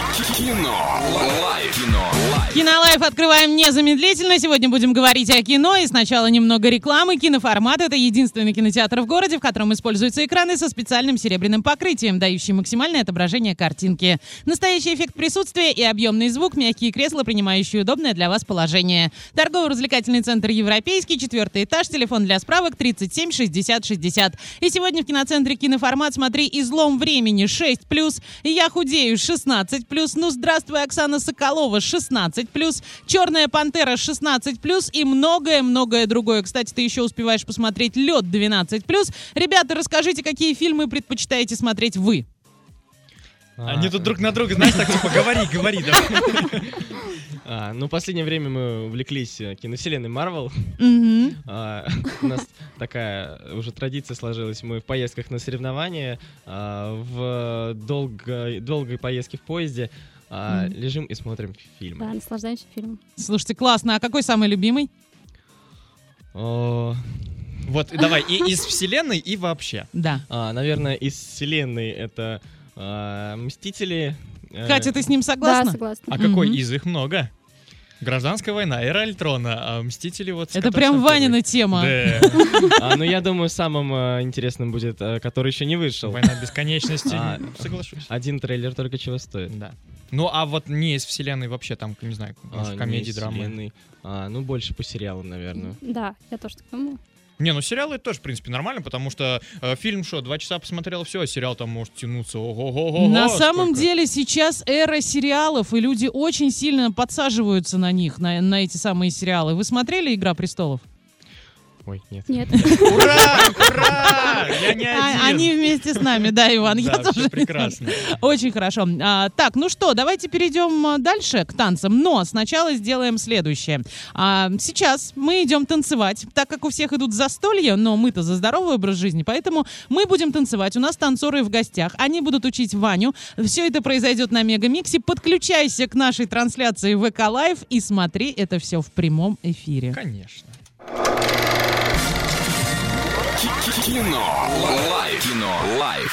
Кино. Лайф. Кино. Лайф. Кинолайф открываем незамедлительно. Сегодня будем говорить о кино. И сначала немного рекламы. Киноформат — это единственный кинотеатр в городе, в котором используются экраны со специальным серебряным покрытием, дающие максимальное отображение картинки. Настоящий эффект присутствия и объемный звук, мягкие кресла, принимающие удобное для вас положение. Торгово-развлекательный центр «Европейский», четвертый этаж, телефон для справок 37 60 60. И сегодня в киноцентре «Киноформат» смотри «Излом времени» 6+, «Я худею» 16+, «Ну здравствуй, Оксана Соколова» 16+, «Черная пантера» 16+, и многое-многое другое. Кстати, ты еще успеваешь посмотреть «Лед» 12+. Ребята, расскажите, какие фильмы предпочитаете смотреть вы? А, Они тут друг на друга, знаешь, так типа говори, говори, давай. А, ну, последнее время мы увлеклись э, киновселенной Марвел. Мгм. А, у нас такая уже традиция сложилась. Мы в поездках на соревнования, а, в долгой, долгой поездке в поезде а, Мгм. лежим и смотрим фильмы. Да, наслаждаемся фильмом. Слушайте, классно. А какой самый любимый? О, Вот, и давай, и из вселенной, и вообще. Да. а, наверное, из вселенной это а, Мстители. э, Катя, ты с ним Да, согласна? согласна. А какой Мгм. из их много? Гражданская война, эра Альтрона, а Мстители вот... с Это которой прям сам первый. Ванина тема. Да, а, ну, я думаю, самым э, интересным будет, э, который еще не вышел. война бесконечности. А. Соглашусь. Один трейлер только чего стоит. Да. Ну а вот не из вселенной вообще там, не знаю, может, А, не комедии, из драмы. вселенной. А, ну, больше по сериалам, наверное. Да, я тоже так думаю. Не, ну сериалы это тоже, в принципе, нормально, потому что э, фильм что, два часа посмотрел, все, сериал там может тянуться. Ого-го-го. На самом деле сейчас эра сериалов, и люди очень сильно подсаживаются на них, на, на эти самые сериалы. Вы смотрели «Игра престолов»? Ой, нет. Нет. Ура! Ура! Я не один. А, они вместе с нами, да, Иван? Я Да, всё тоже не прекрасно. знаю. Очень хорошо. А, так, ну что, давайте перейдем а, дальше к танцам. Но сначала сделаем следующее. А, сейчас мы идем танцевать, так как у всех идут застолья, но мы-то за здоровый образ жизни, поэтому мы будем танцевать. У нас танцоры в гостях, они будут учить Ваню. Все это произойдет на Мегамиксе. Подключайся к нашей трансляции ВК Лайв и смотри это все в прямом эфире. Конечно. Кино. Лайф. Кино. Лайф.